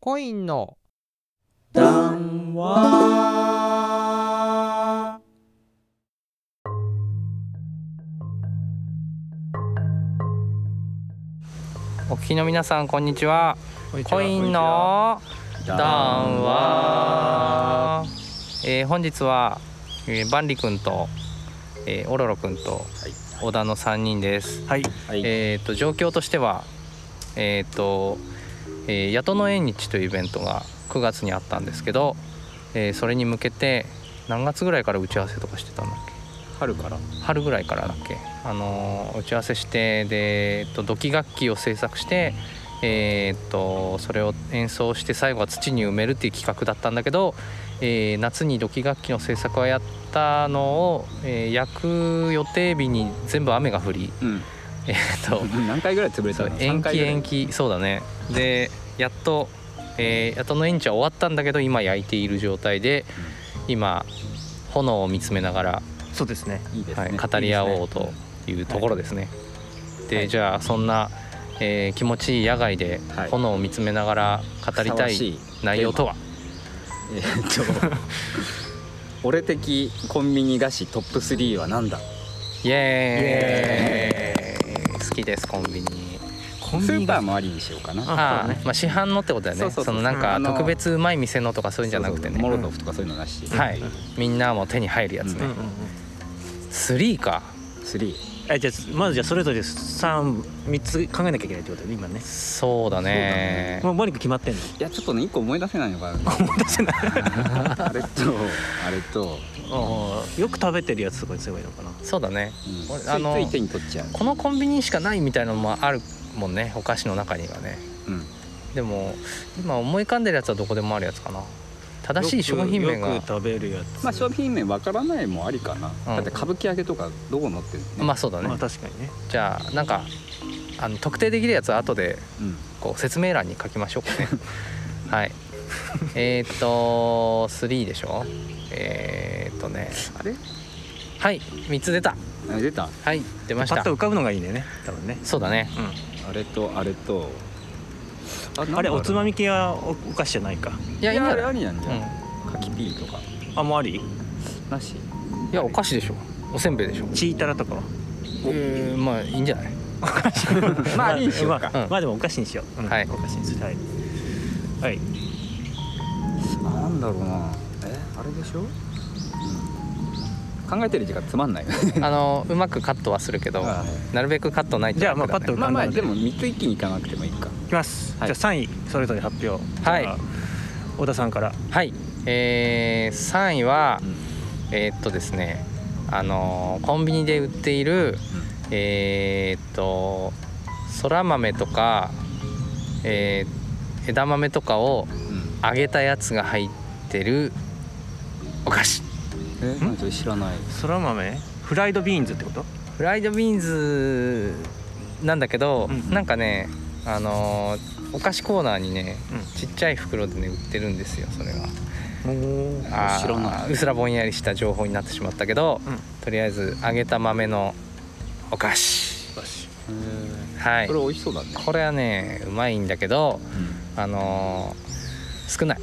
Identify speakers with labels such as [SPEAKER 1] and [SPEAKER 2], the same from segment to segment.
[SPEAKER 1] コインの
[SPEAKER 2] 談話
[SPEAKER 1] お聞きの皆さんこんにちはコインの談話えー本日は、えー、バンリ君と、えー、オロロ君と小田の3人です
[SPEAKER 3] はい、
[SPEAKER 2] はい、
[SPEAKER 1] えー、と状況としてはえっ、と、えー、やとの縁日というイベントが9月にあったんですけど、えーそれに向けて何月ぐらいから打ち合わせとかしてたんだっけ
[SPEAKER 2] 春から
[SPEAKER 1] 春ぐらいからだっけ、あのー打ち合わせしてで、えー、と土器楽器を制作して、えー、とそれを演奏して最後は土に埋めるっていう企画だったんだけど、えー夏に土器楽器の制作をやったのを、えー焼く予定日に全部雨が降り、
[SPEAKER 2] うん
[SPEAKER 1] えー、と
[SPEAKER 2] 何回ぐらい潰れた
[SPEAKER 1] そう
[SPEAKER 2] の
[SPEAKER 1] 延
[SPEAKER 2] 三回
[SPEAKER 1] 期
[SPEAKER 2] ぐらい
[SPEAKER 1] 延期そうだねでやっと、えー、やっとの延期は終わったんだけど今焼いている状態で今炎を見つめながら、
[SPEAKER 3] そうですね。
[SPEAKER 2] いいです
[SPEAKER 1] はい
[SPEAKER 2] ね
[SPEAKER 1] 語り合おうというところですねで、じゃあそんな、えー気持ちいい野外で
[SPEAKER 2] はい
[SPEAKER 1] 炎を見つめながら語りた
[SPEAKER 2] ふさわし
[SPEAKER 1] い
[SPEAKER 2] い
[SPEAKER 1] 内容とは、
[SPEAKER 2] えーっと 俺的コンビニ菓子トップ3はなんだ
[SPEAKER 1] イエーイ好きですコンビニ
[SPEAKER 3] コ
[SPEAKER 2] スーパー
[SPEAKER 3] も
[SPEAKER 2] もありにしようかな
[SPEAKER 3] あ
[SPEAKER 1] あ
[SPEAKER 3] そ
[SPEAKER 1] あ
[SPEAKER 3] うだ
[SPEAKER 1] ー、
[SPEAKER 3] ね
[SPEAKER 1] まあ、市販のってことだよね
[SPEAKER 2] そうそうそう
[SPEAKER 1] のなん
[SPEAKER 2] あ
[SPEAKER 1] か
[SPEAKER 2] の
[SPEAKER 1] 特別うまい店のとかそういうんじゃなくてね
[SPEAKER 2] そうそうそうモロトフとかそういうのなし
[SPEAKER 1] はい、みんなも手に入るやつ
[SPEAKER 3] うんう
[SPEAKER 1] ね
[SPEAKER 3] ん、うん。
[SPEAKER 1] 3か
[SPEAKER 2] 3
[SPEAKER 3] えじゃあまずじゃあそれぞれ三三つ考えなきゃいけないってことだね今ね。
[SPEAKER 1] そうだね
[SPEAKER 3] もうマリック決まってんの。
[SPEAKER 2] いやちょっとね一個思い出せないのかな思い出せない あれとあれと、
[SPEAKER 3] ああよく食べてるやつとかにすればいいのかな。
[SPEAKER 1] そうだね
[SPEAKER 2] うん
[SPEAKER 1] 俺
[SPEAKER 2] つい
[SPEAKER 1] あの
[SPEAKER 2] つい手に取っちゃう、
[SPEAKER 1] このコンビニしかないみたいなのもあるもんねお菓子の中にはね
[SPEAKER 2] うん、
[SPEAKER 1] でも今思い浮かんでるやつはどこでもあるやつかな正しい商品名
[SPEAKER 3] よく
[SPEAKER 1] が
[SPEAKER 3] よく食べるやつ。
[SPEAKER 2] まあ商品名わからないもありかな、だって歌舞伎揚げとかどこ載ってるのね
[SPEAKER 1] まあそうだね、
[SPEAKER 3] まあ確かにね。
[SPEAKER 1] じゃあなんかあの特定できるやつは後で
[SPEAKER 2] うん
[SPEAKER 1] こう説明欄に書きましょうか ねはいえーっと3でしょえーっとね
[SPEAKER 2] あれ
[SPEAKER 1] はい3つ出た
[SPEAKER 2] あ出た
[SPEAKER 1] はい出まし
[SPEAKER 3] パッ
[SPEAKER 1] た
[SPEAKER 3] と浮かぶのがいいんだよね。多分ね。
[SPEAKER 1] そうだね
[SPEAKER 3] う
[SPEAKER 2] あれとあれとあなん
[SPEAKER 3] ん。
[SPEAKER 2] だ
[SPEAKER 3] あれおつまみ系はおお菓子じゃないか。
[SPEAKER 1] い
[SPEAKER 2] い
[SPEAKER 1] やいいんじ
[SPEAKER 2] やあ
[SPEAKER 1] ゃ
[SPEAKER 2] れ
[SPEAKER 1] な
[SPEAKER 2] あ
[SPEAKER 1] い
[SPEAKER 2] りなんじゃ
[SPEAKER 1] うん
[SPEAKER 2] ん柿ピーとか
[SPEAKER 3] あもうあり？
[SPEAKER 2] なし
[SPEAKER 1] いやお菓子でしょおせんべいでしょ
[SPEAKER 3] チータラ とかは。
[SPEAKER 1] えー、まあいいんじゃ ない
[SPEAKER 2] まあありにしよう
[SPEAKER 3] ま
[SPEAKER 2] か
[SPEAKER 3] あまあでもお菓子にしよう。うん
[SPEAKER 1] はい
[SPEAKER 3] お菓子にする。はい。はい。
[SPEAKER 2] あなんだろうなえあれでしょ、うん考えてる時間つまんないよね
[SPEAKER 1] あのうまくカットはするけど
[SPEAKER 2] あ
[SPEAKER 1] なるべくカットないと
[SPEAKER 3] じゃあまあ
[SPEAKER 1] 楽だね
[SPEAKER 3] パッ
[SPEAKER 2] まあまあでも3つ一気にいかなくてもいいか
[SPEAKER 3] いきます。
[SPEAKER 2] はい
[SPEAKER 3] じゃあ三位それぞれ発表。
[SPEAKER 1] はい
[SPEAKER 3] じゃあ。小田さんから。
[SPEAKER 1] はいえー、3位は
[SPEAKER 2] うん
[SPEAKER 1] えーっとですねあのーコンビニで売っているえーっとそら豆とか、えー枝豆とかを
[SPEAKER 2] うん
[SPEAKER 1] 揚げたやつが入ってるお菓子
[SPEAKER 2] えなんかそれ知らない
[SPEAKER 3] そら豆？フライドビーンズってこと？
[SPEAKER 1] フライドビーンズなんだけど、
[SPEAKER 3] うん
[SPEAKER 1] なんかねあのーお菓子コーナーにねちっちゃい袋でね売ってるんですよそれが
[SPEAKER 3] うん。おお。
[SPEAKER 1] あー
[SPEAKER 2] 知らないう
[SPEAKER 1] すらぼんやりした情報になってしまったけど、
[SPEAKER 3] うん
[SPEAKER 1] とりあえず揚げた豆のお菓子
[SPEAKER 2] へー
[SPEAKER 1] はい
[SPEAKER 2] これ美味しそうだね
[SPEAKER 1] これはねうまいんだけど
[SPEAKER 2] うん
[SPEAKER 1] あのー少ない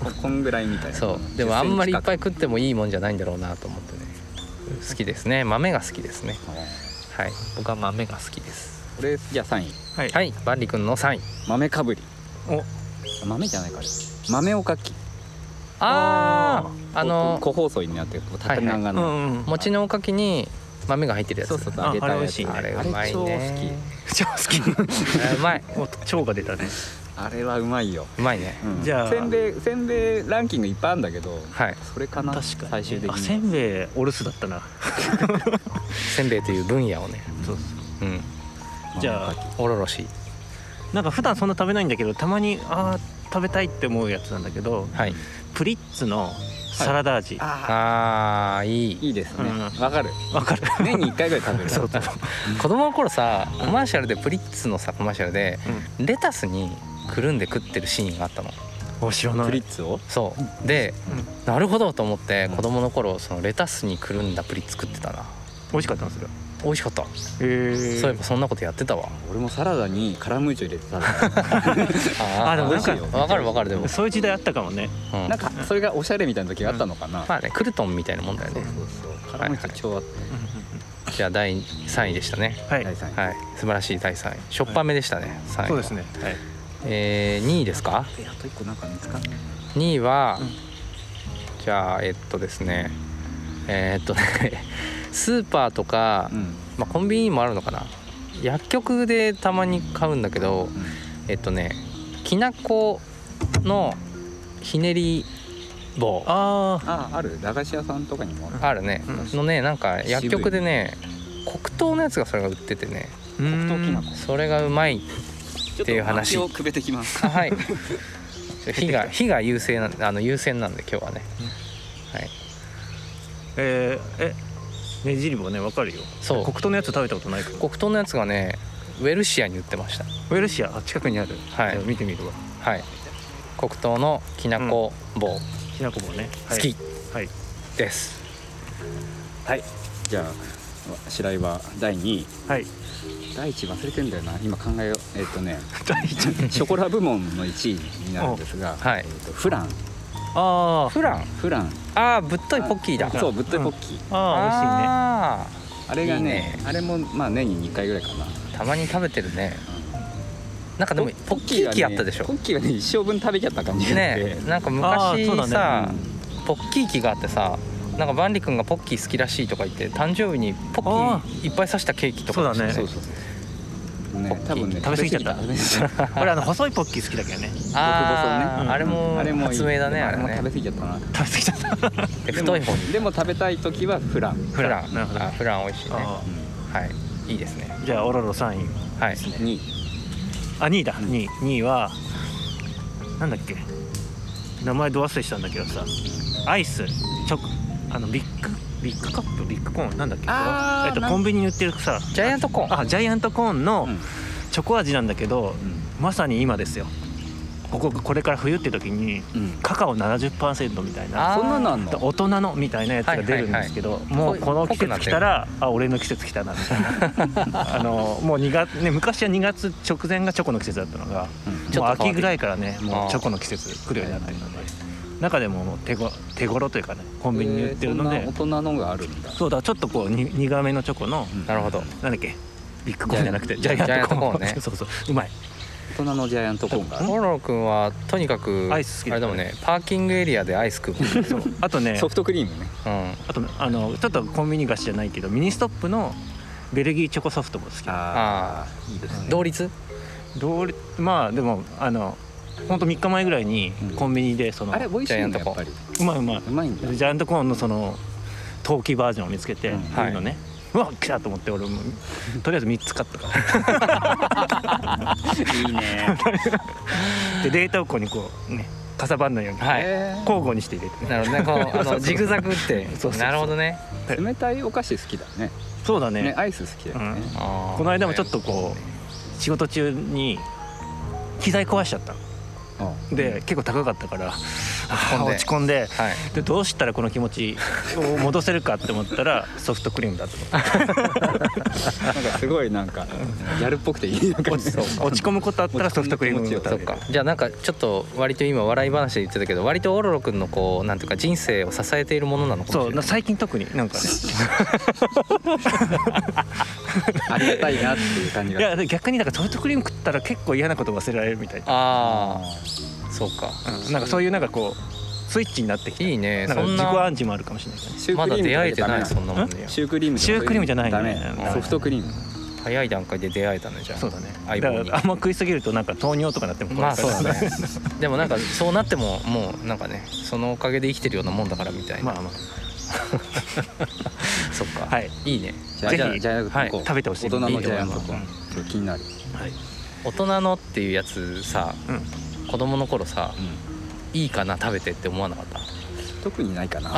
[SPEAKER 2] こ こんぐらいみたいな
[SPEAKER 1] そうでもあんまりいっぱ
[SPEAKER 2] い
[SPEAKER 1] い食ってもいいもんじゃないんだろうなと思ってね好きですね豆が好きですねはい僕は豆が好きです
[SPEAKER 2] これじゃあ3位
[SPEAKER 3] はい。
[SPEAKER 1] はい万里くんの3位
[SPEAKER 2] 豆かぶり
[SPEAKER 3] お
[SPEAKER 2] 豆じゃないかあれ豆おかき
[SPEAKER 1] あああの
[SPEAKER 2] 個包装になってる縦長
[SPEAKER 3] う
[SPEAKER 2] の
[SPEAKER 3] んうん。
[SPEAKER 1] 餅のおかきに豆が入ってるやつ
[SPEAKER 2] そうそうそう
[SPEAKER 3] あ
[SPEAKER 2] 揚げたやつ
[SPEAKER 3] あれ美味しいね
[SPEAKER 1] あれうまい
[SPEAKER 2] あれ超
[SPEAKER 1] ね
[SPEAKER 3] 超好き。
[SPEAKER 1] あれうまい
[SPEAKER 3] お腸が出たね。
[SPEAKER 2] あれはうまいよ
[SPEAKER 1] うまいね
[SPEAKER 2] うん
[SPEAKER 3] じゃあ
[SPEAKER 2] せんべいせんべいランキングいっぱいあるんだけど
[SPEAKER 1] はい
[SPEAKER 2] それかな最終的
[SPEAKER 3] あせ
[SPEAKER 2] に
[SPEAKER 3] んべいお留守だったな。
[SPEAKER 1] せんべいという分野をね
[SPEAKER 3] そう
[SPEAKER 1] うん
[SPEAKER 3] じゃあ
[SPEAKER 1] おろろしい
[SPEAKER 3] なんか普段そんな食べないんだけどたまにあー食べたいって思うやつなんだけど
[SPEAKER 1] はい
[SPEAKER 3] プリッツのサラダ味。わ、
[SPEAKER 2] あ
[SPEAKER 1] あーい
[SPEAKER 2] ーい
[SPEAKER 1] い
[SPEAKER 2] いですね
[SPEAKER 3] うん
[SPEAKER 2] わかる
[SPEAKER 3] かる。
[SPEAKER 2] 年に1回ぐらい食べる
[SPEAKER 3] そうそう。
[SPEAKER 1] 子供の頃さコマーシャルでプリッツのさコマーシャルでレタスにくるんで食ってるシーンがあったの
[SPEAKER 3] うん。お知らな
[SPEAKER 2] プリッ
[SPEAKER 3] い。
[SPEAKER 2] ツを
[SPEAKER 1] そうでなるほどと思って子供の頃そのレタスにくるんだプリッツ食ってたな
[SPEAKER 3] 美味しかったんですよ。
[SPEAKER 1] 美味しかった、
[SPEAKER 3] え
[SPEAKER 1] そういえばそんなことやってたわ
[SPEAKER 2] 俺もサラダにカラムーチョ入れてたんだ
[SPEAKER 1] あ
[SPEAKER 3] あでもなんか
[SPEAKER 1] わかるわかるでも、
[SPEAKER 3] そういう時代あったかもね
[SPEAKER 1] うん
[SPEAKER 2] なんかそれがおしゃれみたいな時があったのかな、
[SPEAKER 1] まあねクルトンみたいなもんだよ
[SPEAKER 2] そう
[SPEAKER 1] ね
[SPEAKER 2] そうそうカラムーチョ超あった、
[SPEAKER 1] じゃあ第3位でしたね
[SPEAKER 3] はい、
[SPEAKER 2] 第三位
[SPEAKER 1] はい素晴らしい第3位しょっぱめでしたね、三位は
[SPEAKER 3] そうですね、はい、
[SPEAKER 1] えー、2位ですか
[SPEAKER 2] えあと一個なんか見つかんない
[SPEAKER 1] 2位は、
[SPEAKER 3] うん
[SPEAKER 1] じゃあえっとですねえーっとね スーパーとか、
[SPEAKER 2] うん
[SPEAKER 1] まあ、コンビニもあるのかな薬局でたまに買うんだけどえっとねきな粉のひねり棒あ
[SPEAKER 3] ああ
[SPEAKER 2] あある駄菓子屋さんとかにもある
[SPEAKER 1] るね、
[SPEAKER 3] うん
[SPEAKER 1] のねなんか薬局でね黒糖のやつがそれが売っててね
[SPEAKER 3] 黒
[SPEAKER 2] 黒糖きな粉
[SPEAKER 1] それがうまい
[SPEAKER 2] ちょっ
[SPEAKER 1] っていう話
[SPEAKER 2] と薪をくべてきます
[SPEAKER 1] あはい火が火が優先なんあの優先なんで今日はねはい
[SPEAKER 3] えー、えねじり棒ねわかるよ
[SPEAKER 1] そう
[SPEAKER 3] 黒糖のやつ食べたことないから
[SPEAKER 1] 黒糖のやつがねウェルシアに売ってました
[SPEAKER 3] ウェルシアあ近くにある、
[SPEAKER 1] はい
[SPEAKER 3] じゃあ見てみるわ
[SPEAKER 1] はい黒糖のきなこ棒、
[SPEAKER 3] きなこ棒ね、
[SPEAKER 1] 好
[SPEAKER 3] はい
[SPEAKER 1] き
[SPEAKER 3] はい
[SPEAKER 1] です、
[SPEAKER 2] はいじゃあ白井は第2位
[SPEAKER 3] はい
[SPEAKER 2] 第1位忘れてんだよな今考えようえっ、とねショコラ部門の1位になるんですが、
[SPEAKER 1] はい
[SPEAKER 2] えーとフラン
[SPEAKER 3] あー
[SPEAKER 1] フラン
[SPEAKER 2] フラン
[SPEAKER 1] ああぶっといポッキーだ
[SPEAKER 2] そうぶっといポッキー、
[SPEAKER 3] あ
[SPEAKER 1] あ
[SPEAKER 2] あれがね
[SPEAKER 1] いいね
[SPEAKER 2] あれもまあ年に2回ぐらいか
[SPEAKER 1] ー美
[SPEAKER 2] な
[SPEAKER 1] 味しいねたまに食べてるねなんかでもポッキー
[SPEAKER 2] がね
[SPEAKER 1] 機あったでしょ
[SPEAKER 2] ポッキーがね一生分食べきゃった感じがあって
[SPEAKER 1] ねなんか
[SPEAKER 3] あー
[SPEAKER 1] 昔
[SPEAKER 3] そうだね
[SPEAKER 1] さ、
[SPEAKER 2] うん
[SPEAKER 1] ポッキー機があってさなんか万里君がポッキー好きらしいとか言って誕生日にポッ
[SPEAKER 3] あ
[SPEAKER 1] キーいっぱい刺したケーキとか
[SPEAKER 3] そうだね
[SPEAKER 2] そうそうそう
[SPEAKER 1] ポッ
[SPEAKER 2] ね
[SPEAKER 1] キー
[SPEAKER 2] 多分ね
[SPEAKER 3] 食べ過ぎちゃった
[SPEAKER 2] 食べ過ぎちゃっ
[SPEAKER 3] 美味しいね俺あの細いポッキー好きだけどね
[SPEAKER 1] あー、
[SPEAKER 3] うん
[SPEAKER 1] あれ
[SPEAKER 2] た
[SPEAKER 1] も
[SPEAKER 2] あれもいい
[SPEAKER 1] 発明だねあれ
[SPEAKER 2] も食べ
[SPEAKER 1] ね
[SPEAKER 2] 過ぎちゃったな
[SPEAKER 3] 食べ過ぎちゃった
[SPEAKER 1] で太い方に
[SPEAKER 2] でも食べたい時はフラン
[SPEAKER 1] フラン
[SPEAKER 3] なるほど
[SPEAKER 1] あフラン美味しいね
[SPEAKER 3] あ
[SPEAKER 1] はいいいですね
[SPEAKER 3] ーじゃあオロロ3位
[SPEAKER 1] はい
[SPEAKER 2] に
[SPEAKER 3] あ2位だ2位2位はなんだっけ名前ど忘れしたんだけどさアイスチョコあのビッグビッグカップビッグコーンなんだっけ
[SPEAKER 2] あー
[SPEAKER 3] えっと
[SPEAKER 2] なん
[SPEAKER 3] コンビニに売ってるさ
[SPEAKER 1] ジャイアントコーン
[SPEAKER 3] あジャイアントコーンの
[SPEAKER 2] うん
[SPEAKER 3] チョコ味なんだけど、
[SPEAKER 2] う
[SPEAKER 3] まさに今ですよこここれから冬って時に
[SPEAKER 2] んうん
[SPEAKER 3] カカオ70%みたい
[SPEAKER 1] あ
[SPEAKER 3] な
[SPEAKER 1] ー
[SPEAKER 2] そんなのあん
[SPEAKER 3] で
[SPEAKER 2] の
[SPEAKER 3] 大人のみたいなやつが出るんですけど、もうこの季節来たらあ俺の季節来たなみたいなあのもう2月、ね、昔は2月直前がチョコの季節だったのが
[SPEAKER 1] ちょ
[SPEAKER 3] もう
[SPEAKER 1] っと変わってきた
[SPEAKER 3] 秋ぐらいからね
[SPEAKER 1] あ
[SPEAKER 3] も
[SPEAKER 1] ー
[SPEAKER 3] うチョコの季節来るようになってるので中でももう手ご手頃というかねコンビニに売ってるので、
[SPEAKER 2] えーそんな大人のがあるんだ
[SPEAKER 3] そうだちょっとこうに苦めのチョコの
[SPEAKER 2] うん
[SPEAKER 1] なるほど
[SPEAKER 3] なんだっけビッグコーンじゃなくて
[SPEAKER 1] ジ
[SPEAKER 3] ジ
[SPEAKER 1] ャ
[SPEAKER 3] ャ
[SPEAKER 1] イ
[SPEAKER 3] イ
[SPEAKER 1] アン
[SPEAKER 3] アントコーン
[SPEAKER 1] ジャイアントコーンね
[SPEAKER 3] そうそううまい
[SPEAKER 2] 大人のジャイアントコーンがある
[SPEAKER 1] オロロ君はとにかく
[SPEAKER 3] アイス好き
[SPEAKER 1] あ
[SPEAKER 3] だ
[SPEAKER 1] れ
[SPEAKER 3] よ
[SPEAKER 1] だ
[SPEAKER 3] ね
[SPEAKER 1] もんねパーキングエリアでアイス食うもんね
[SPEAKER 3] そうあとね
[SPEAKER 2] ソフトクリームね
[SPEAKER 1] うん
[SPEAKER 3] あとあのちょっとコンビニ菓子じゃないけどミニストップのベルギーチョコソフトも好き
[SPEAKER 1] あ
[SPEAKER 2] ーいいですね
[SPEAKER 1] 同率
[SPEAKER 3] どうまあでもあのほんと3日前ぐらいに
[SPEAKER 2] うん
[SPEAKER 3] コンビニでその、
[SPEAKER 2] あれ美味しいんだやっぱり
[SPEAKER 3] うまいうまいう
[SPEAKER 2] まいんだ
[SPEAKER 3] ジャイアントコーンのその陶器バージョンを見つけて、
[SPEAKER 2] うん
[SPEAKER 3] こういうのね、うわ来たと思って俺もとりあえず3つ買ったか
[SPEAKER 2] いいね
[SPEAKER 3] らで冷凍庫にこうねかさばんのように
[SPEAKER 1] はい、
[SPEAKER 2] えー
[SPEAKER 3] 交互にして入れてね
[SPEAKER 1] なるほど ねこうあのジグザグって
[SPEAKER 3] そうそうそう
[SPEAKER 1] なるほどね
[SPEAKER 2] 冷たいお菓子好きだね
[SPEAKER 3] そうだね
[SPEAKER 2] ねアイス好きだよね
[SPEAKER 3] うん
[SPEAKER 1] あー
[SPEAKER 3] この間もちょっとこう仕事中に機材壊しちゃったの
[SPEAKER 2] あ
[SPEAKER 3] で結構高かったから
[SPEAKER 1] 込ん
[SPEAKER 3] あ
[SPEAKER 1] で
[SPEAKER 3] ー落ち込んで
[SPEAKER 1] はい
[SPEAKER 3] でどうしたらこの気持ちを戻せるかって思っ たらソフトクリームだと思っ
[SPEAKER 2] なんかすごいなんかギャルっぽくていいなんか
[SPEAKER 3] て落ち込むことあったらソフトクリームを食べる
[SPEAKER 1] そっかじゃあなんかちょっと割と今笑い話で言ってたけど割とオロロ君のこうなんていうか人生を支えているものなのかも
[SPEAKER 3] そ
[SPEAKER 1] しれ
[SPEAKER 3] うな
[SPEAKER 1] ない
[SPEAKER 3] 最近特になん かね
[SPEAKER 2] ありがたいなっていう感じ
[SPEAKER 3] い
[SPEAKER 2] が
[SPEAKER 3] やで逆になんかソフトクリーム食ったら結構嫌なこと忘れられるみたいな、
[SPEAKER 1] ああそうか
[SPEAKER 3] うんなんかそういうなんかこうスイッチになってきて
[SPEAKER 1] いいね
[SPEAKER 3] なんか
[SPEAKER 1] そん
[SPEAKER 3] 自己
[SPEAKER 1] な
[SPEAKER 3] 暗示もあるかもしれないですね
[SPEAKER 2] シュー
[SPEAKER 1] ま
[SPEAKER 2] ク
[SPEAKER 1] だ
[SPEAKER 2] リーム
[SPEAKER 1] 出会えて
[SPEAKER 2] とか
[SPEAKER 1] ない
[SPEAKER 2] じゃ
[SPEAKER 1] そ
[SPEAKER 2] ダメ
[SPEAKER 1] ん
[SPEAKER 2] の
[SPEAKER 1] なもんね
[SPEAKER 2] シュークリームとか
[SPEAKER 3] シュークリームじゃないね
[SPEAKER 2] ダメ
[SPEAKER 1] うん
[SPEAKER 2] ソフトクリーム
[SPEAKER 1] 早い段階で出会えたねじゃあ
[SPEAKER 3] そうだね
[SPEAKER 1] 相棒
[SPEAKER 3] だ
[SPEAKER 1] に
[SPEAKER 3] からあんま食いすぎるとなんか糖尿とかなっても怖
[SPEAKER 1] まあ
[SPEAKER 3] いか
[SPEAKER 1] そ
[SPEAKER 3] ら
[SPEAKER 1] うだね でもなんかそうなってももうなんかねそのおかげで生きてるようなもんだからみたいな、
[SPEAKER 3] まあま
[SPEAKER 1] そっか、
[SPEAKER 3] はい、
[SPEAKER 1] いいね
[SPEAKER 2] じゃあ
[SPEAKER 3] ぜひ
[SPEAKER 2] じゃあじゃあ
[SPEAKER 1] はい
[SPEAKER 2] こう
[SPEAKER 3] 食べてほしい
[SPEAKER 2] 大人のジャイアン
[SPEAKER 3] い
[SPEAKER 2] ト
[SPEAKER 3] いと
[SPEAKER 2] コー
[SPEAKER 3] 思い
[SPEAKER 2] ン
[SPEAKER 3] ます
[SPEAKER 2] ちょっと気になる
[SPEAKER 3] あはい
[SPEAKER 1] 大人のっていうやつさ
[SPEAKER 3] うん
[SPEAKER 1] 子供の頃さいいかな食べてって思わなかった
[SPEAKER 2] 特にないか な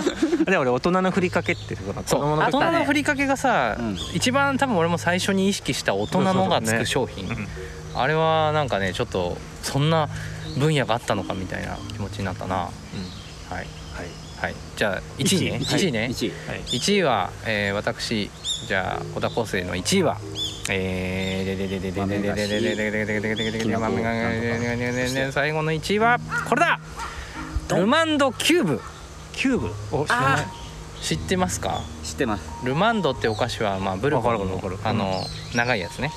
[SPEAKER 3] で俺大人のふりかけってその子
[SPEAKER 1] そう
[SPEAKER 3] 供の
[SPEAKER 1] 大
[SPEAKER 3] 時
[SPEAKER 1] 人のふりかけがさ、
[SPEAKER 2] うん
[SPEAKER 1] 一番多分俺も最初に意識した大人のがつく商品、
[SPEAKER 3] うん
[SPEAKER 1] あれはなんかねちょっとそんな分野があったのかみたいな気持ちになったな、はい
[SPEAKER 3] はい
[SPEAKER 1] はい、じゃあ1位ね
[SPEAKER 3] 一位
[SPEAKER 1] 1位ね
[SPEAKER 2] 1位
[SPEAKER 3] はい、
[SPEAKER 1] 1位は、えー、私じゃあ小田高生の1位はえー、ででででででででででででででででで豆が最後の1位はこれだルマンドキューブ
[SPEAKER 3] キューブお知らない
[SPEAKER 1] 知ってますか
[SPEAKER 2] 知ってます
[SPEAKER 1] ルマンドってお菓子はまあブルボン
[SPEAKER 3] わかるわ
[SPEAKER 1] の
[SPEAKER 3] かるわか
[SPEAKER 1] あ
[SPEAKER 3] る
[SPEAKER 1] の長いやつね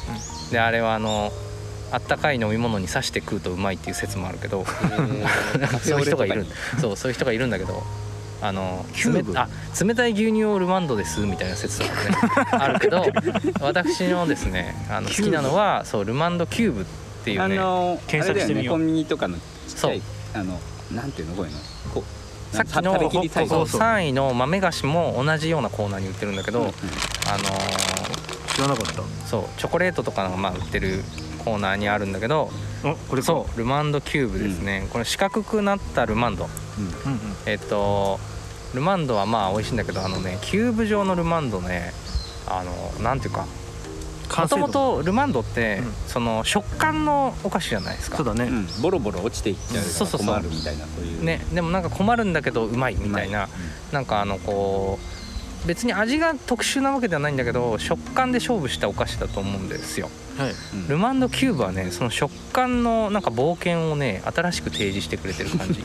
[SPEAKER 1] であれはあのあったかい飲み物に刺して食うとうまいっていう説もあるけどそういう人がいるそうそういう人がいるんだけどあの
[SPEAKER 3] キューブ
[SPEAKER 1] 冷あ冷たい牛乳をルマンドですみたいな説とかね あるけど私のですねあの好
[SPEAKER 3] キューブ
[SPEAKER 1] きなのはそうルマンドキューブっていう
[SPEAKER 2] あ
[SPEAKER 1] ね
[SPEAKER 2] の
[SPEAKER 3] 検索してみよう
[SPEAKER 2] あれだねコンビニとかのちっちゃい
[SPEAKER 1] そ
[SPEAKER 2] あのなんていうのこういうのこう
[SPEAKER 1] さっきの
[SPEAKER 2] 食べきりサイズ
[SPEAKER 1] そう3位の豆菓子も同じようなコーナーに売ってるんだけど、
[SPEAKER 2] うん
[SPEAKER 1] あ
[SPEAKER 2] うん
[SPEAKER 1] のー
[SPEAKER 3] 知らなかった
[SPEAKER 1] そうチョコレートとかのまあ売ってるコーナーにあるんだけど
[SPEAKER 3] おこれか
[SPEAKER 1] そうルマンドキューブですね、この四角くなったルマンド
[SPEAKER 2] うん
[SPEAKER 3] うんうん
[SPEAKER 1] えっとルマンドはまあ美味しいんだけどあのねキューブ状のルマンドねあのなんていうかも
[SPEAKER 3] 完
[SPEAKER 1] と
[SPEAKER 3] 成度
[SPEAKER 1] もとルマンドって、
[SPEAKER 3] うん
[SPEAKER 1] その食感のお菓子じゃないですか
[SPEAKER 3] そうだね、
[SPEAKER 2] うんボロボロ落ちていっちゃ
[SPEAKER 1] そう
[SPEAKER 2] う
[SPEAKER 1] そうそ
[SPEAKER 2] か
[SPEAKER 1] う
[SPEAKER 2] ら困るみたいなそういう
[SPEAKER 1] ね、でもなんか困るんだけどうまいみたいな、
[SPEAKER 2] う
[SPEAKER 1] なんかあのこう別に味が特殊なわけではないんだけど食感で勝負したお菓子だと思うんですよ
[SPEAKER 3] はい
[SPEAKER 2] うん
[SPEAKER 1] ルマンドキューブはねその食感のなんか冒険をね新しく提示してくれてる感じ、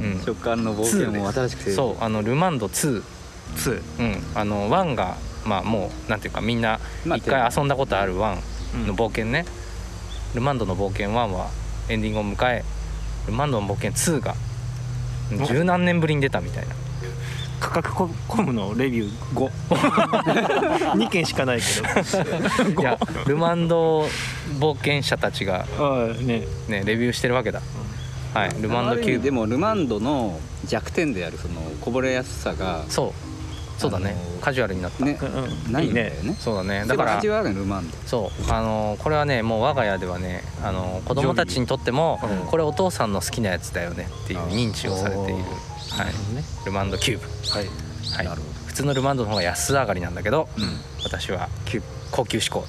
[SPEAKER 1] うん、
[SPEAKER 2] 食感の冒険も新しくて
[SPEAKER 1] そうあのルマンド2、
[SPEAKER 3] 2
[SPEAKER 1] うん、あの1がまあもうなんていうかみんな
[SPEAKER 2] まあ
[SPEAKER 1] 一回遊んだことある1
[SPEAKER 3] うん
[SPEAKER 1] の冒険ね、ルマンドの冒険1はエンディングを迎えルマンドの冒険2が十何年ぶりに出たみた いな
[SPEAKER 3] 価格ココムのレビュー52件しかないけ
[SPEAKER 1] いやルマンド冒険者たちが
[SPEAKER 3] どああね
[SPEAKER 1] ねレビューしてるわけだはいルマンドキ
[SPEAKER 2] ある
[SPEAKER 1] ュ
[SPEAKER 2] 意
[SPEAKER 1] ー
[SPEAKER 2] 味
[SPEAKER 1] ブ
[SPEAKER 2] でもルマンドの弱点であるそのこぼれやすさが
[SPEAKER 1] そうそうだね、
[SPEAKER 2] あのー
[SPEAKER 1] カジュアルになった、
[SPEAKER 2] ね
[SPEAKER 3] うんうん
[SPEAKER 2] ないんだよ
[SPEAKER 3] いい
[SPEAKER 2] ね
[SPEAKER 1] そうだね
[SPEAKER 2] だ
[SPEAKER 1] だか
[SPEAKER 2] から
[SPEAKER 1] ら
[SPEAKER 2] 味はあるルマンド
[SPEAKER 1] そうあのーこれはねもう我が家ではねあのー子供たちにとっても
[SPEAKER 3] ジョビーうん
[SPEAKER 1] これお父さんの好きなやつだよねっていう認知をされている、
[SPEAKER 2] あ
[SPEAKER 1] はい、ルマンドキューブ、
[SPEAKER 3] はい
[SPEAKER 1] はい
[SPEAKER 2] なるほ、
[SPEAKER 1] 普通のルマンドの方が安上がりなんだけど、
[SPEAKER 2] うん
[SPEAKER 1] 私はキューブ高級志向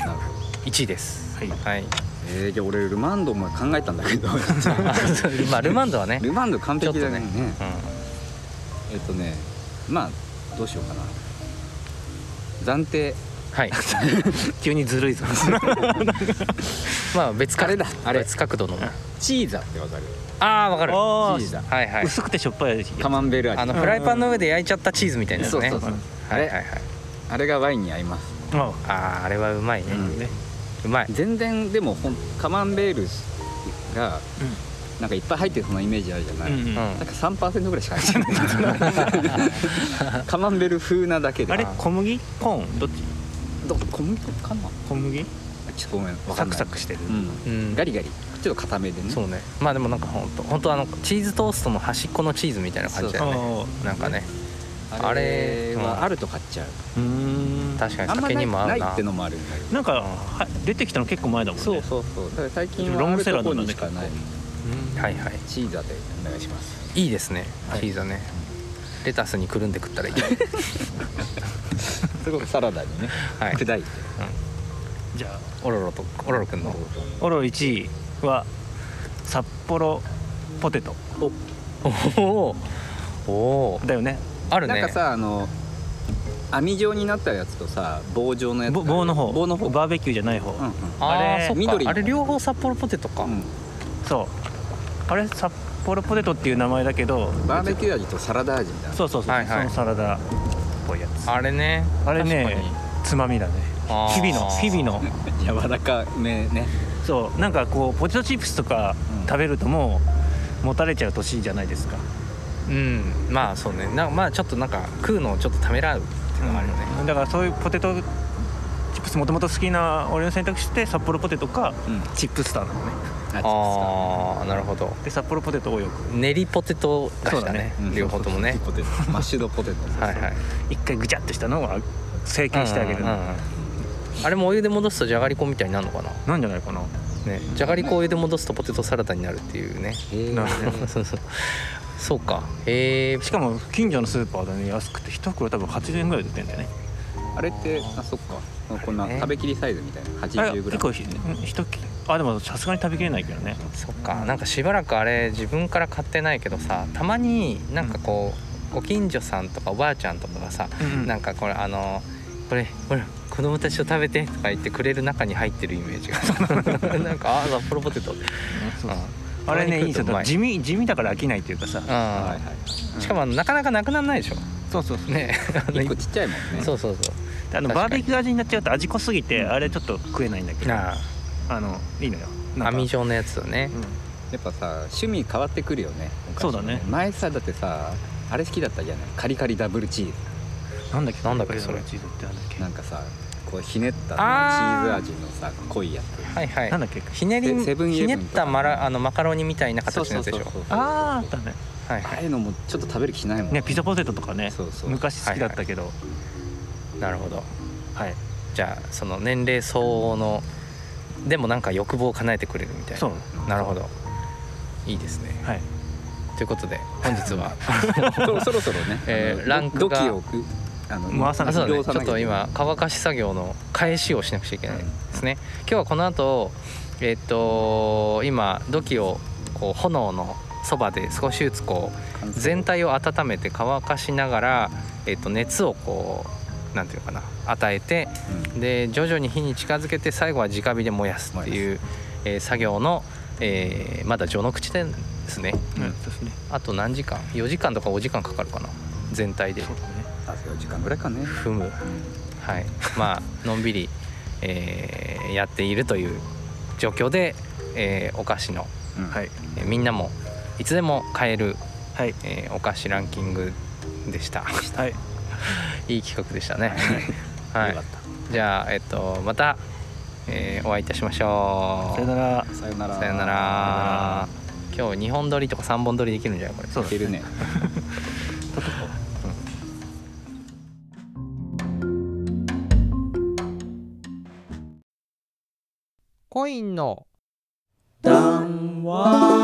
[SPEAKER 2] なるほど
[SPEAKER 1] 1位です
[SPEAKER 3] はい
[SPEAKER 1] は い、
[SPEAKER 2] えーじゃあ俺ルマンドも考えたんだけ ど
[SPEAKER 1] あそうまあルマンドはね、
[SPEAKER 2] ルマンド完璧だ
[SPEAKER 1] ちょっ
[SPEAKER 2] ねね
[SPEAKER 1] う
[SPEAKER 2] えっとねまあどうしようかな暫定
[SPEAKER 1] ん、 はい
[SPEAKER 3] 急にずるいぞ
[SPEAKER 1] まあ別角
[SPEAKER 2] あれだあれ
[SPEAKER 1] 別角度の
[SPEAKER 2] チーザってわかる
[SPEAKER 1] ああわかる
[SPEAKER 3] あー
[SPEAKER 2] チーズだ
[SPEAKER 1] はいはい
[SPEAKER 3] 薄くてしょっぱいやつ
[SPEAKER 2] カマンベール味
[SPEAKER 1] あのフライパンの上で焼いちゃったチーズみたいなやつ
[SPEAKER 2] そう
[SPEAKER 1] ね
[SPEAKER 2] そうそうあ
[SPEAKER 1] はいはいはい
[SPEAKER 2] れあれがワインに合います
[SPEAKER 3] あ
[SPEAKER 1] あああれはうまいね、
[SPEAKER 2] うん
[SPEAKER 1] うまい
[SPEAKER 2] 全然でもほんカマンベールがなんかいっぱい入ってるそのイメージあるじゃ
[SPEAKER 3] あ
[SPEAKER 2] な
[SPEAKER 3] う
[SPEAKER 2] い、
[SPEAKER 3] んうん
[SPEAKER 1] うん
[SPEAKER 2] なんか3%ぐらいしか入ってないカマンベール風なだけで
[SPEAKER 3] あれ小麦コーンどっち
[SPEAKER 2] ど小麦粉かな
[SPEAKER 3] 小麦
[SPEAKER 2] ちょっとごめんわか
[SPEAKER 3] サ
[SPEAKER 2] ん
[SPEAKER 3] ク
[SPEAKER 2] ない
[SPEAKER 3] サクしてる
[SPEAKER 2] うん
[SPEAKER 1] うん
[SPEAKER 2] ガリガリちょっと固めでね
[SPEAKER 1] そうねまあでもなんかほんとほんとあのチーズトーストの端っこのチーズみたいな感じだよね
[SPEAKER 3] あ
[SPEAKER 1] なんかね
[SPEAKER 2] あれ
[SPEAKER 1] うん
[SPEAKER 2] はあると買っちゃう、
[SPEAKER 3] あうーん
[SPEAKER 1] 確かに
[SPEAKER 2] あんま
[SPEAKER 1] 酒
[SPEAKER 2] な
[SPEAKER 1] に
[SPEAKER 2] い
[SPEAKER 1] も合
[SPEAKER 2] な
[SPEAKER 1] う
[SPEAKER 2] い
[SPEAKER 1] な
[SPEAKER 2] ってのもあるんだけど
[SPEAKER 3] なんかは出てきたの結構前だもんね
[SPEAKER 2] そうそうそうだから最近は
[SPEAKER 3] ロ
[SPEAKER 2] あ
[SPEAKER 3] ング
[SPEAKER 2] る
[SPEAKER 3] セラ
[SPEAKER 2] と
[SPEAKER 3] ー
[SPEAKER 2] こ
[SPEAKER 3] なんだ
[SPEAKER 2] に
[SPEAKER 3] ね
[SPEAKER 2] しかない
[SPEAKER 3] うん
[SPEAKER 1] はいはい
[SPEAKER 2] チーザでお願いします
[SPEAKER 1] いいですね
[SPEAKER 3] はい
[SPEAKER 1] チーズはねレタスにくるんで食ったらいい
[SPEAKER 2] すごくサラダにね、
[SPEAKER 1] はい
[SPEAKER 2] 砕いて
[SPEAKER 3] じゃあ
[SPEAKER 1] オロロとオロロくんの
[SPEAKER 3] オロ1位は札幌ポテト
[SPEAKER 1] おおおー
[SPEAKER 3] だよね
[SPEAKER 1] ある
[SPEAKER 2] なん
[SPEAKER 1] ね
[SPEAKER 2] かさあの網状になったやつとさ棒状のやつ
[SPEAKER 3] ぼ棒の方
[SPEAKER 2] 棒の方
[SPEAKER 3] バーベキューじゃない方、
[SPEAKER 2] うんうん
[SPEAKER 1] あ
[SPEAKER 3] あ
[SPEAKER 1] あ
[SPEAKER 3] れ
[SPEAKER 1] そっ
[SPEAKER 2] 緑
[SPEAKER 1] か
[SPEAKER 2] の
[SPEAKER 1] あれ両方札幌ポテトか、
[SPEAKER 2] うん
[SPEAKER 3] そうあれ札幌ポテトっていう名前だけど
[SPEAKER 2] バーベキュー味とサラダ味みたいな
[SPEAKER 3] そうそうそう、
[SPEAKER 1] はいはい
[SPEAKER 3] そのサラダっぽいやつ
[SPEAKER 1] あれね
[SPEAKER 3] あれね
[SPEAKER 1] 確かに
[SPEAKER 3] つまみだね
[SPEAKER 1] あー
[SPEAKER 3] 日々の日々の
[SPEAKER 2] 柔らかめね
[SPEAKER 3] そうなんかこうポテトチップスとか
[SPEAKER 2] うん
[SPEAKER 3] 食べるともうもたれちゃう年じゃないですか、
[SPEAKER 1] うんまあそうねなまあちょっとなんか食うのをちょっとためらうっていうのがあるよね、
[SPEAKER 3] だからそういうポテトチップスもともと好きな俺の選択肢って札幌ポテトか
[SPEAKER 2] うん
[SPEAKER 3] チップスターなのね
[SPEAKER 2] あ
[SPEAKER 1] ああなるほど
[SPEAKER 3] で札幌ポテトをよく
[SPEAKER 1] 練りポテトが
[SPEAKER 3] そう
[SPEAKER 1] した
[SPEAKER 3] だ
[SPEAKER 1] ね
[SPEAKER 3] ね
[SPEAKER 2] うん
[SPEAKER 1] 両方ともね
[SPEAKER 2] ポテ トマッシュドポテト
[SPEAKER 1] はいはい
[SPEAKER 3] 一回ぐちゃっとしたのを成形してあげ
[SPEAKER 1] う
[SPEAKER 3] る、
[SPEAKER 1] んうんうんあれもお湯で戻すとじゃがりこみたいになるのかな
[SPEAKER 3] なんじゃないかな
[SPEAKER 1] ねじゃがりこをお湯で戻すとポテトサラダになるっていうね
[SPEAKER 2] へー
[SPEAKER 3] なる
[SPEAKER 1] そうそうそうかえー、
[SPEAKER 3] しかも近所のスーパーでね安くて1袋多分80円ぐらいで売ってんだよね
[SPEAKER 2] あれってあそっかこんな
[SPEAKER 3] ね
[SPEAKER 2] 食べきりサイズみたいな
[SPEAKER 3] あれ
[SPEAKER 2] 80g
[SPEAKER 3] 結構ひ一切れあでもさすがに食べきれないけどね
[SPEAKER 1] そっかなんかしばらくあれ自分から買ってないけどさたまになんかこうご近所さんとかおばあちゃんとかがさなんかこれあのこれほら子供たちと食べてとか言ってくれる中に入ってるイメージ がなんかあー札幌ポテト、
[SPEAKER 3] そうそう
[SPEAKER 1] う
[SPEAKER 3] あれねいいです
[SPEAKER 1] うま
[SPEAKER 3] よ
[SPEAKER 1] い
[SPEAKER 3] 地味地味だから飽きないっていうかさ
[SPEAKER 1] ん
[SPEAKER 2] はいはい
[SPEAKER 1] しかもあのなかなかなくならないでしょ
[SPEAKER 3] そうそうそう
[SPEAKER 1] ねあの
[SPEAKER 2] 1個ちっちゃいもんね
[SPEAKER 1] そううそうそ
[SPEAKER 3] あ
[SPEAKER 1] 確
[SPEAKER 3] の
[SPEAKER 1] かに
[SPEAKER 3] バーベキュー味になっちゃうと味濃すぎてあれちょっと食えないんだけ
[SPEAKER 1] う
[SPEAKER 3] ど
[SPEAKER 1] な
[SPEAKER 3] あのいいのよ
[SPEAKER 1] あ
[SPEAKER 3] なんか
[SPEAKER 1] 網状のやつだね
[SPEAKER 3] うん
[SPEAKER 2] やっぱさ趣味変わってくるよねお菓子
[SPEAKER 3] そうだね
[SPEAKER 2] 前さだってさあれ好きだったじゃないカリカリダブルチー
[SPEAKER 3] なんだっけ
[SPEAKER 1] なんだっけそれ
[SPEAKER 3] チーズってなんだっ
[SPEAKER 2] ズなんかさこうひねったチ
[SPEAKER 1] あ
[SPEAKER 2] ー
[SPEAKER 1] ー
[SPEAKER 2] ズ味のさ濃いやつ
[SPEAKER 1] はいは
[SPEAKER 3] けなん
[SPEAKER 1] い
[SPEAKER 3] だっけ
[SPEAKER 1] ひねり
[SPEAKER 2] セセブンイ
[SPEAKER 1] ひ
[SPEAKER 2] レブ
[SPEAKER 1] ね
[SPEAKER 2] ン
[SPEAKER 1] っ
[SPEAKER 2] とか
[SPEAKER 1] たマラあのマカロニみたいな形のやつでしょ
[SPEAKER 2] そうそうそうそう
[SPEAKER 3] ああだね
[SPEAKER 1] はい
[SPEAKER 2] あ
[SPEAKER 1] は
[SPEAKER 2] あいうのもちょっと食べる気しないもん
[SPEAKER 3] ねピザポテトとかね
[SPEAKER 2] そうそう
[SPEAKER 3] 昔好きだったけど
[SPEAKER 1] いなるほど
[SPEAKER 3] はい
[SPEAKER 1] じゃあその年齢相応のでもなんか欲望を叶えてくれるみたいな
[SPEAKER 3] そう
[SPEAKER 1] なるほどいいですね
[SPEAKER 3] はい
[SPEAKER 1] ということで本日は
[SPEAKER 2] そうそろそろね、
[SPEAKER 1] えー
[SPEAKER 2] あの
[SPEAKER 1] ランクが
[SPEAKER 2] 土器をくあの
[SPEAKER 3] 回さな
[SPEAKER 1] あ
[SPEAKER 3] きゃ
[SPEAKER 1] そうだね
[SPEAKER 2] 移動
[SPEAKER 1] ち
[SPEAKER 2] さ
[SPEAKER 1] ょ
[SPEAKER 2] な
[SPEAKER 1] っと
[SPEAKER 2] きゃいけない
[SPEAKER 1] 今乾かし作業の返しをしなくちゃいけないですね今日はこの後えっと今土器をこう炎のそばで少しずつこう
[SPEAKER 2] 完成
[SPEAKER 1] 全体を温めて乾かしながら、えっと、熱をこうなんていうのかな与えてで徐々に火に近づけて最後は直火で燃やすっていう、えー作業の、えーまだ序の口ですね
[SPEAKER 3] う
[SPEAKER 2] うん
[SPEAKER 3] んそうですね
[SPEAKER 1] あと何時間4時間とか5時間かかるかな全体で
[SPEAKER 3] そうだね
[SPEAKER 2] あそう時間ぐらいかね、
[SPEAKER 1] 踏むはい まあのんびり、えーやっているという状況で、えーお菓子の、
[SPEAKER 2] うん
[SPEAKER 3] はい
[SPEAKER 1] えーみんなもいつでも買える、
[SPEAKER 3] はい
[SPEAKER 1] えーお菓子ランキングでした
[SPEAKER 3] はい
[SPEAKER 1] いい企画でしたねは
[SPEAKER 2] はい、よ
[SPEAKER 1] い
[SPEAKER 2] かっ
[SPEAKER 1] じゃあえっとまた、えーお会いいたしましょう
[SPEAKER 3] さよなら
[SPEAKER 2] たさよなら
[SPEAKER 1] さよなら今日2本撮りとか3本撮りできるんじゃないこれ
[SPEAKER 3] そう
[SPEAKER 2] いけるね
[SPEAKER 1] コインの
[SPEAKER 4] 談話